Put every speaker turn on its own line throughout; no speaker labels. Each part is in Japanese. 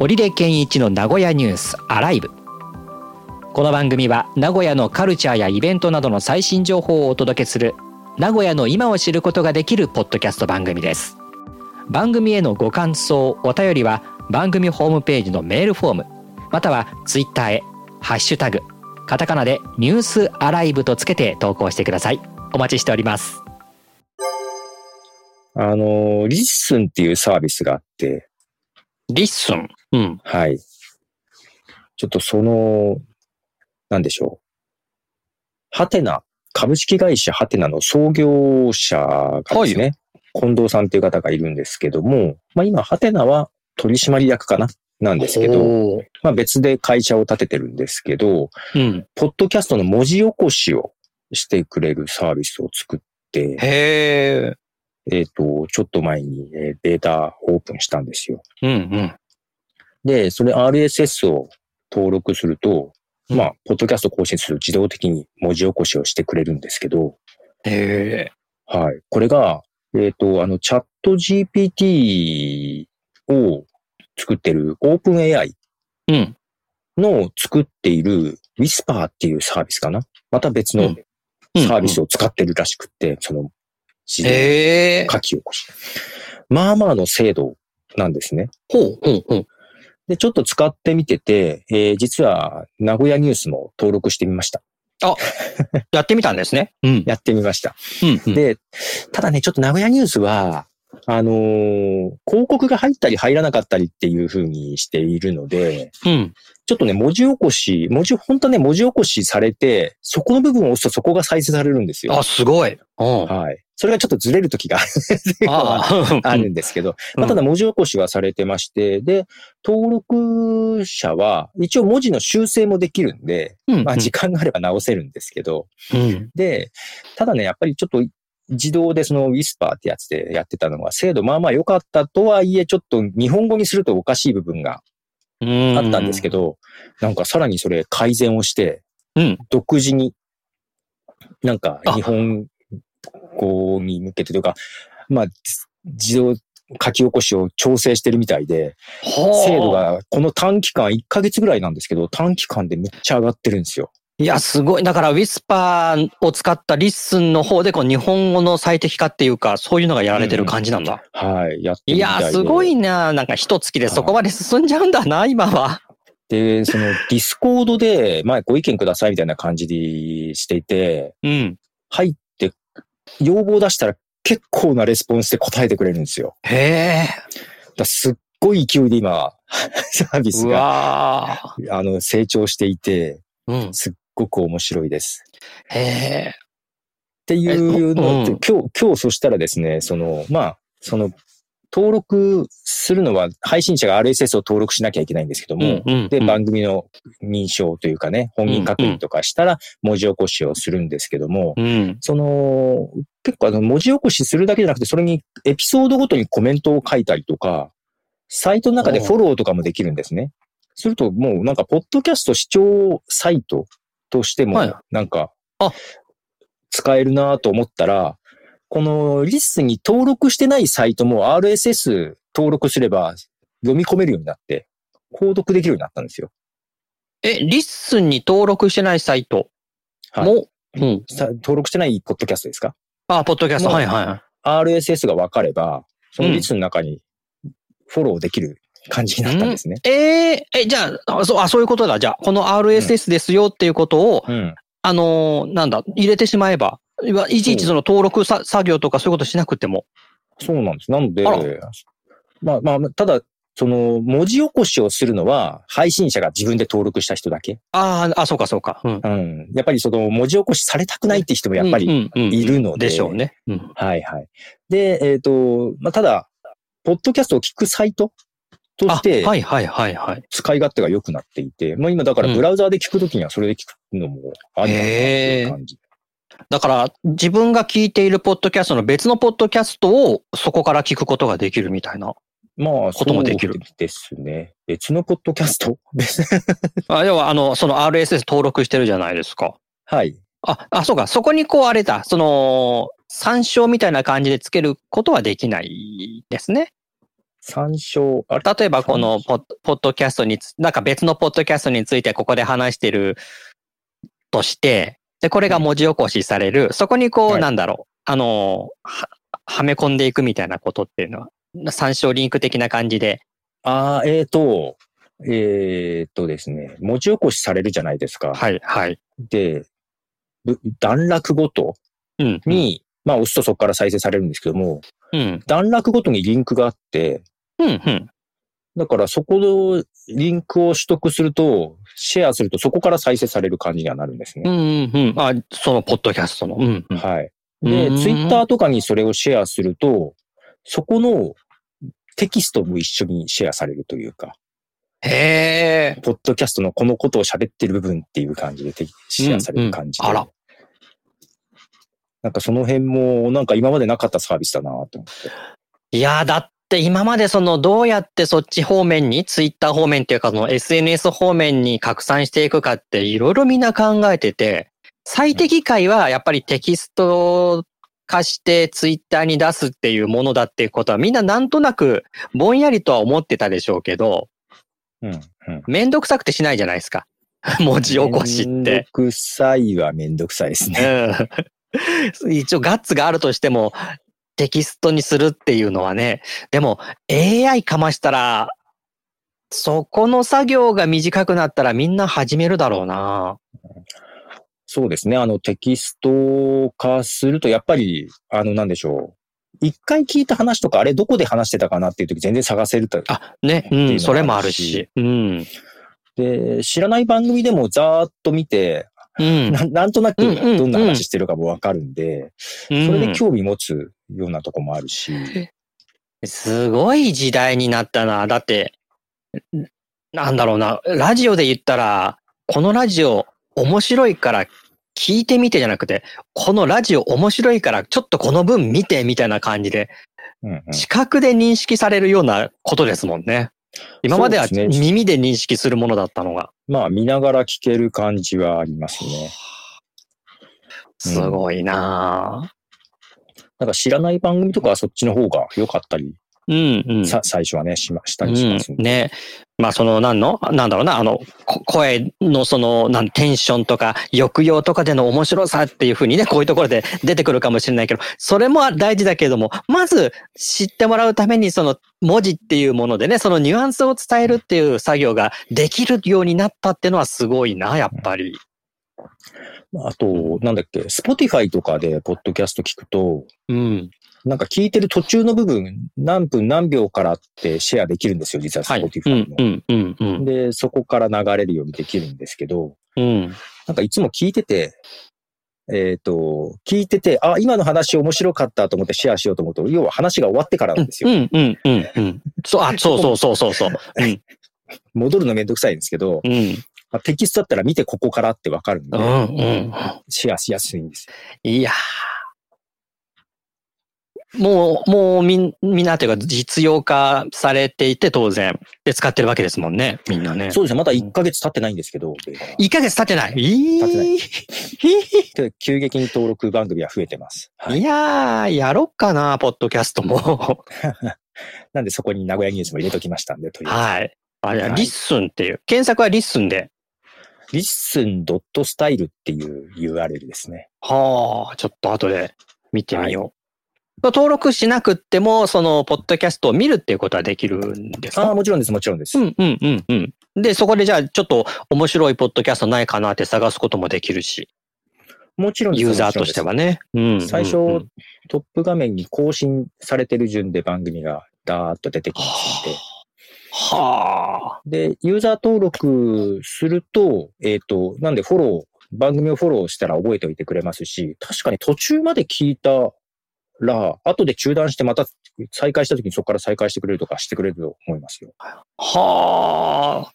織出健一の名古屋ニュースアライブこの番組は名古屋のカルチャーやイベントなどの最新情報をお届けする名古屋の今を知ることができるポッドキャスト番組です番組へのご感想お便りは番組ホームページのメールフォームまたはツイッターへハッシュタグカタカナでニュースアライブとつけて投稿してくださいお待ちしております
あのー、リッスンっていうサービスがあって、
リッスンうん
はい。ちょっとその、なんでしょう。ハテナ、株式会社ハテナの創業者がですね、近藤さんっていう方がいるんですけども、まあ今、ハテナは取締役かななんですけど、
おー
まあ別で会社を立ててるんですけど、
うん
ポッドキャストの文字起こしをしてくれるサービスを作って、
へえ
えっ、と、ちょっと前に、えーデータオープンしたんですよ。
うんうん
で、それ RSS を登録すると、
うん
まあ、ポッドキャスト更新すると自動的に文字起こしをしてくれるんですけど、
へえ
はい。これが、えっ、と、あの、チャット GPT を作ってる OpenAI
うん
の作っている Whisper っていうサービスかなまた別
う
の
んうん
サービスを使ってるらしくって、その、自動
へえ
書き起こし。まあまあの精度なんですね。
ほうほうほう
で、ちょっと使ってみてて、えー実は名古屋ニュースも登録してみました。
やってみたんですねうん
やってみました。
うんうん
で、ただね、ちょっと名古屋ニュースは、あのー広告が入ったり入らなかったりっていう風にしているので、
うん
ちょっとね、文字起こし、文字、本当はね、文字起こしされて、そこの部分を押すとそこが再生されるんですよ。
あすごいうん
はい。それがちょっとずれる時が
ああ
あるんですけど、
うん
まあ、ただ文字起こしはされてまして、で、登録者は一応文字の修正もできるんで、
うん
まあ時間があれば直せるんですけど、
うん
で、ただね、やっぱりちょっと自動でそのウィスパーってやつでやってたのが精度まあまあ良かったとはいえ、ちょっと日本語にするとおかしい部分が
うん
あったんですけど、なんかさらにそれ改善をして、
うん
独自に、なんか
あ
日本語に向けてというか、まあ、自動書き起こしを調整してるみたいで、
ほう
精度がこの短期間、1ヶ月ぐらいなんですけど、短期間でめっちゃ上がってるんですよ。
いや、すごい。だから、ウィスパーを使ったリッスンの方で、こう、日本語の最適化っていうか、そういうのがやられてる感じなんだ。
はい、やってる
い
みた
や
いで。
ー、すごいな。なんか、一月でそこまで進んじゃうんだな、今は。
で、そのディスコードで、まあ、ご意見くださいみたいな感じにしていて、
うん。
入って、要望出したら結構なレスポンスで答えてくれるんですよ。
へえ。
だからすっごい勢いで今、 サービス
う
が、
わ
あの、成長していて、
ー。うん。
すっごく面白いです。
へえ。
っていうのって、
えうん
今日、今日そしたらですね、その、まあ、その、登録するのは、配信者が RSS を登録しなきゃいけないんですけども、
うん
で、番組の認証というかね、本人確認とかしたら文字起こしをするんですけども、
うん。
その、結構あの文字起こしするだけじゃなくて、それにエピソードごとにコメントを書いたりとか、サイトの中でフォローとかもできるんですね。するともうなんか、ポッドキャスト視聴サイトとして
はい
も、なんか
あ、
使えるなと思ったら、このリスに登録してないサイトも RSS 登録すれば読み込めるようになって、購読できるようになったんですよ。
え、リッスンに登録してないサイト
はい
も、うん。
さ登録してないポッドキャストですか
あ、ポッドキャスト。
もう
はいはいはい。
?RSS が分かれば、そのリストの中にフォローできる感じになったんですね。
えー、え、じゃあ、あそう、あ、そういうことだ。じゃあ、この RSS ですよっていうことを、
うん。
あのーなんだ、入れてしまえば、いわいちいちその登録さ作業とかそういうことしなくても。
そうなんです。なので
あ、
まあまあ、ただ、その文字起こしをするのは配信者が自分で登録した人だけ。
ああ、あ、そうかそうか。うん。
うん。やっぱりその文字起こしされたくないって人もやっぱり
り
いるので。
でしょう。ね。うん。
はいはい。で、えっ、と、まあただ、ポッドキャストを聞くサイトと
あ
し、て
はいはいはいはい。
使い勝手が良くなっていて、もう今だからブラウザーで聞くときにはそれで聞くのもありなんだなっていう感じ。
だから、自分が聞いているポッドキャストの別のポッドキャストをそこから聞くことができるみたいな。
まあ、
こともできる
そうですね。別のポッドキャスト別
あ要は、あの、その RSS 登録してるじゃないですか。
はい。
あ、あ、そうか。そこにこう、あれだ。その、参照みたいな感じでつけることはできないですね。
参照、あれ
例えばこのポッポッドキャストにつ、なんか別のポッドキャストについてここで話してるとして、で、これが文字起こしされる、そこにこ
は
う、
い
なんだろう、あのー、ははめ込んでいくみたいなことっていうのは、参照リンク的な感じで、
あーえっ、と、えっ、とですね、文字起こしされるじゃないですか。
はい、はい。
で、ぶ段落ごと
うん。
に、まあ押すとそこから再生されるんですけども、
うん、
段落ごとにリンクがあって、
うん、うん。
だからそこのリンクを取得すると、シェアするとそこから再生される感じにはなるんです
う
ね。
ん、うん、うん。あ、そのポッドキャストの。うん、うん。
はい。
う
で、
ん
ツイッターとかにそれをシェアすると、そこのテキストも一緒にシェアされるというか、
へえ。
ポッドキャストのこのことを喋ってる部分っていう感じでテキシェアされる感じで、
うんうんあら
なんかその辺も、なんか今までなかったサービスだなと思って。
いやー、だって今までその、どうやってそっち方面に、ツイッター方面っていうか、その SNS 方面に拡散していくかって、いろいろみんな考えてて、最適解はやっぱりテキスト化してツイッターに出すっていうものだっていうことは、みんななんとなく、ぼんやりとは思ってたでしょうけど、
うん。うん。
めんどくさくてしないじゃないですか。 文字起こしって。
めんどくさいはめんどくさいですね。
うん一応ガッツがあるとしてもテキストにするっていうのはねでも AI かましたらそこの作業が短くなったらみんな始めるだろうな
そうですね。あの、テキスト化すると、やっぱり、あの、なんでしょう。一回聞いた話とか、あれどこで話してたかなっていう時全然探せると。
あねう
って
ん
いうのもあるし
それもあるしうん
で、知らない番組でもざーっと見て、
うん
ななんとなく
うんうんうん
どんな話してるかもわかるんで、それで興味持つようなとこもあるし。
すごい時代になったな。だって、なんだろうな、ラジオで言ったら、このラジオ面白いから聞いてみてじゃなくて、このラジオ面白いからちょっとこの分見てみたいな感じで、
うんうん
視覚で認識されるようなことですもんね。今までは
そうですね
耳で認識するものだったのが。
まあ、見ながら聞ける感じはありますね。
すごいな
なんか知らない番組とかはそっちの方が良かったり、
うんうん。
さ最初はね、しましたりします
うん、ね。まあ、その、なんの、なんだろうな、あの、こ声のその、なん、テンションとか、抑揚とかでの面白さっていうふうにね、こういうところで出てくるかもしれないけど、それも大事だけれども、まず知ってもらうために、その、文字っていうものでね、そのニュアンスを伝えるっていう作業ができるようになったっていうのはすごいな、やっぱり。
あと、なんだっけ、Spotify とかでポッドキャスト聞くと、
うん。
なんか聞いてる途中の部分、何分何秒からってシェアできるんですよ、実は
はい。う
Spotify
ん、う
も。
ん、うん、うん。
で、そこから流れるようにできるんですけど、
うん。
なんかいつも聞いてて、えっ、と、聞いてて、あ、今の話面白かったと思ってシェアしようと思うと、要は話が終わってからなんです
う
よ。
ん、うん、うん、うん。そう、あ、そうそうそうそうそう。うん、
戻るのめんどくさいんですけど、
うん、
まあ、テキストだったら見てここからってわかるん
う
で、
ん、うん。
シェアしやすいんですよ。
いやーもう、もうみん、みんなというか実用化されていて当然。で、使ってるわけですもんね。みんなね。
そうですね。まだ1ヶ月経ってないんですけど、
1ヶ月経ってない。い
経ってないで急激に登録番組は増えてます。はい
いやー、やろっかな、ポッドキャストも。
なんでそこに名古屋ニュースも入れときましたんで、とりあえ
はい。あれ、
はい
リッスンっていう。検索はリッスンで。
ず。listen.style っていう URL ですね。
はあ、ちょっと後で見てみよう。登録しなくっても、その、ポッドキャストを見るっていうことはできるんですか
ああ、もちろんです、もちろんです。
うんうんうんうん。で、そこでじゃあちょっと面白いポッドキャストないかなって探すこともできるし、
もちろんです。
ユーザーとしてはね。うんうんうん
最初、トップ画面に更新されてる順で番組がダーッと出てきます
はあ。
ので。で、ユーザー登録すると、えっ、と、なんでフォロー、番組をフォローしたら覚えておいてくれますし、確かに途中まで聞いたら、後で中断してまた再開した時にそこから再開してくれるとかしてくれると思いますよ。
はあ。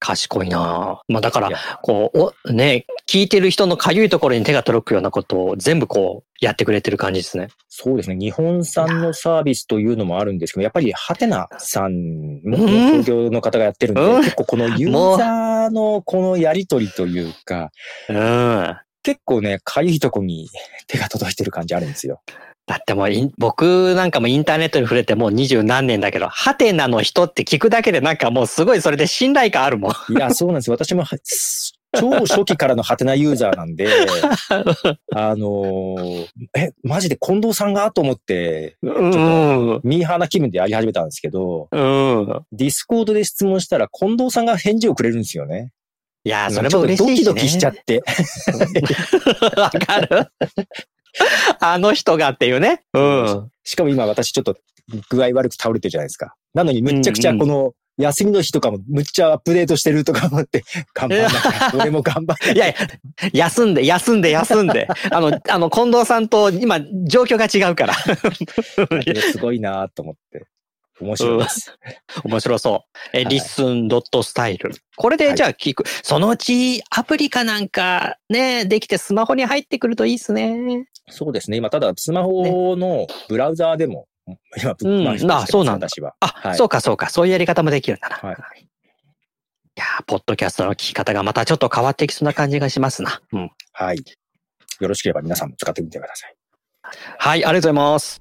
賢いなあまあだか
い
ら
や、
こう、お、ね、聞いてる人のかゆいところに手が届くようなことを全部こう、やってくれてる感じですね。
そうですね。日本産のサービスというのもあるんですけど、やっぱりハテナさんも
うん
創業の方がやってるんで、
うん
結構このユーザーのこのやりとりというか、
うん。
結構ね、かゆいとこに手が届いてる感じあるんですよ。
だってもうイン、僕なんかもインターネットに触れてもう二十何年だけど、ハテナの人って聞くだけでなんかもうすごいそれで信頼感あるもん。
いや、そうなんです。私もは、超初期からのハテナユーザーなん で、あのーえ、マジで近藤さんがと思って、
うん。うん。
ミーハーな気分でやり始めたんですけど、ディスコードで質問したら近藤さんが返事をくれるんですよね。
いやー、それも嬉しいし、ね。
ちょっとドキドキしちゃって。
わかる あの人がっていうね。うん。
しかも今私ちょっと具合悪く倒れてるじゃないですか。なのにむっちゃくちゃこの休みの日とかもむっちゃアップデートしてるとか思 って、頑張んなきゃ、俺も頑張んなきゃ
いやいや、休んで、休んで、休んで。 あの、あの、近藤さんと今、状況が違う から。
いやすごいなと思って。面白いです。
面白そう。え、
はい
リスンドットスタイル。これでじゃあ聞く。そのうちアプリかなんかね、できてスマホに入ってくるといいっすね。
そうですね。今、ただ、スマホのブラウザーでも、今、ブ
うん
ックマークしてます
あそうなんだ
私は。
あ、
はい
そうかそうか。そういうやり方もできるんだな。
はい
いやーポッドキャストの聞き方がまたちょっと変わってきそうな感じがしますな。うん。
はい。よろしければ皆さんも使ってみてください。
はい、ありがとうございます。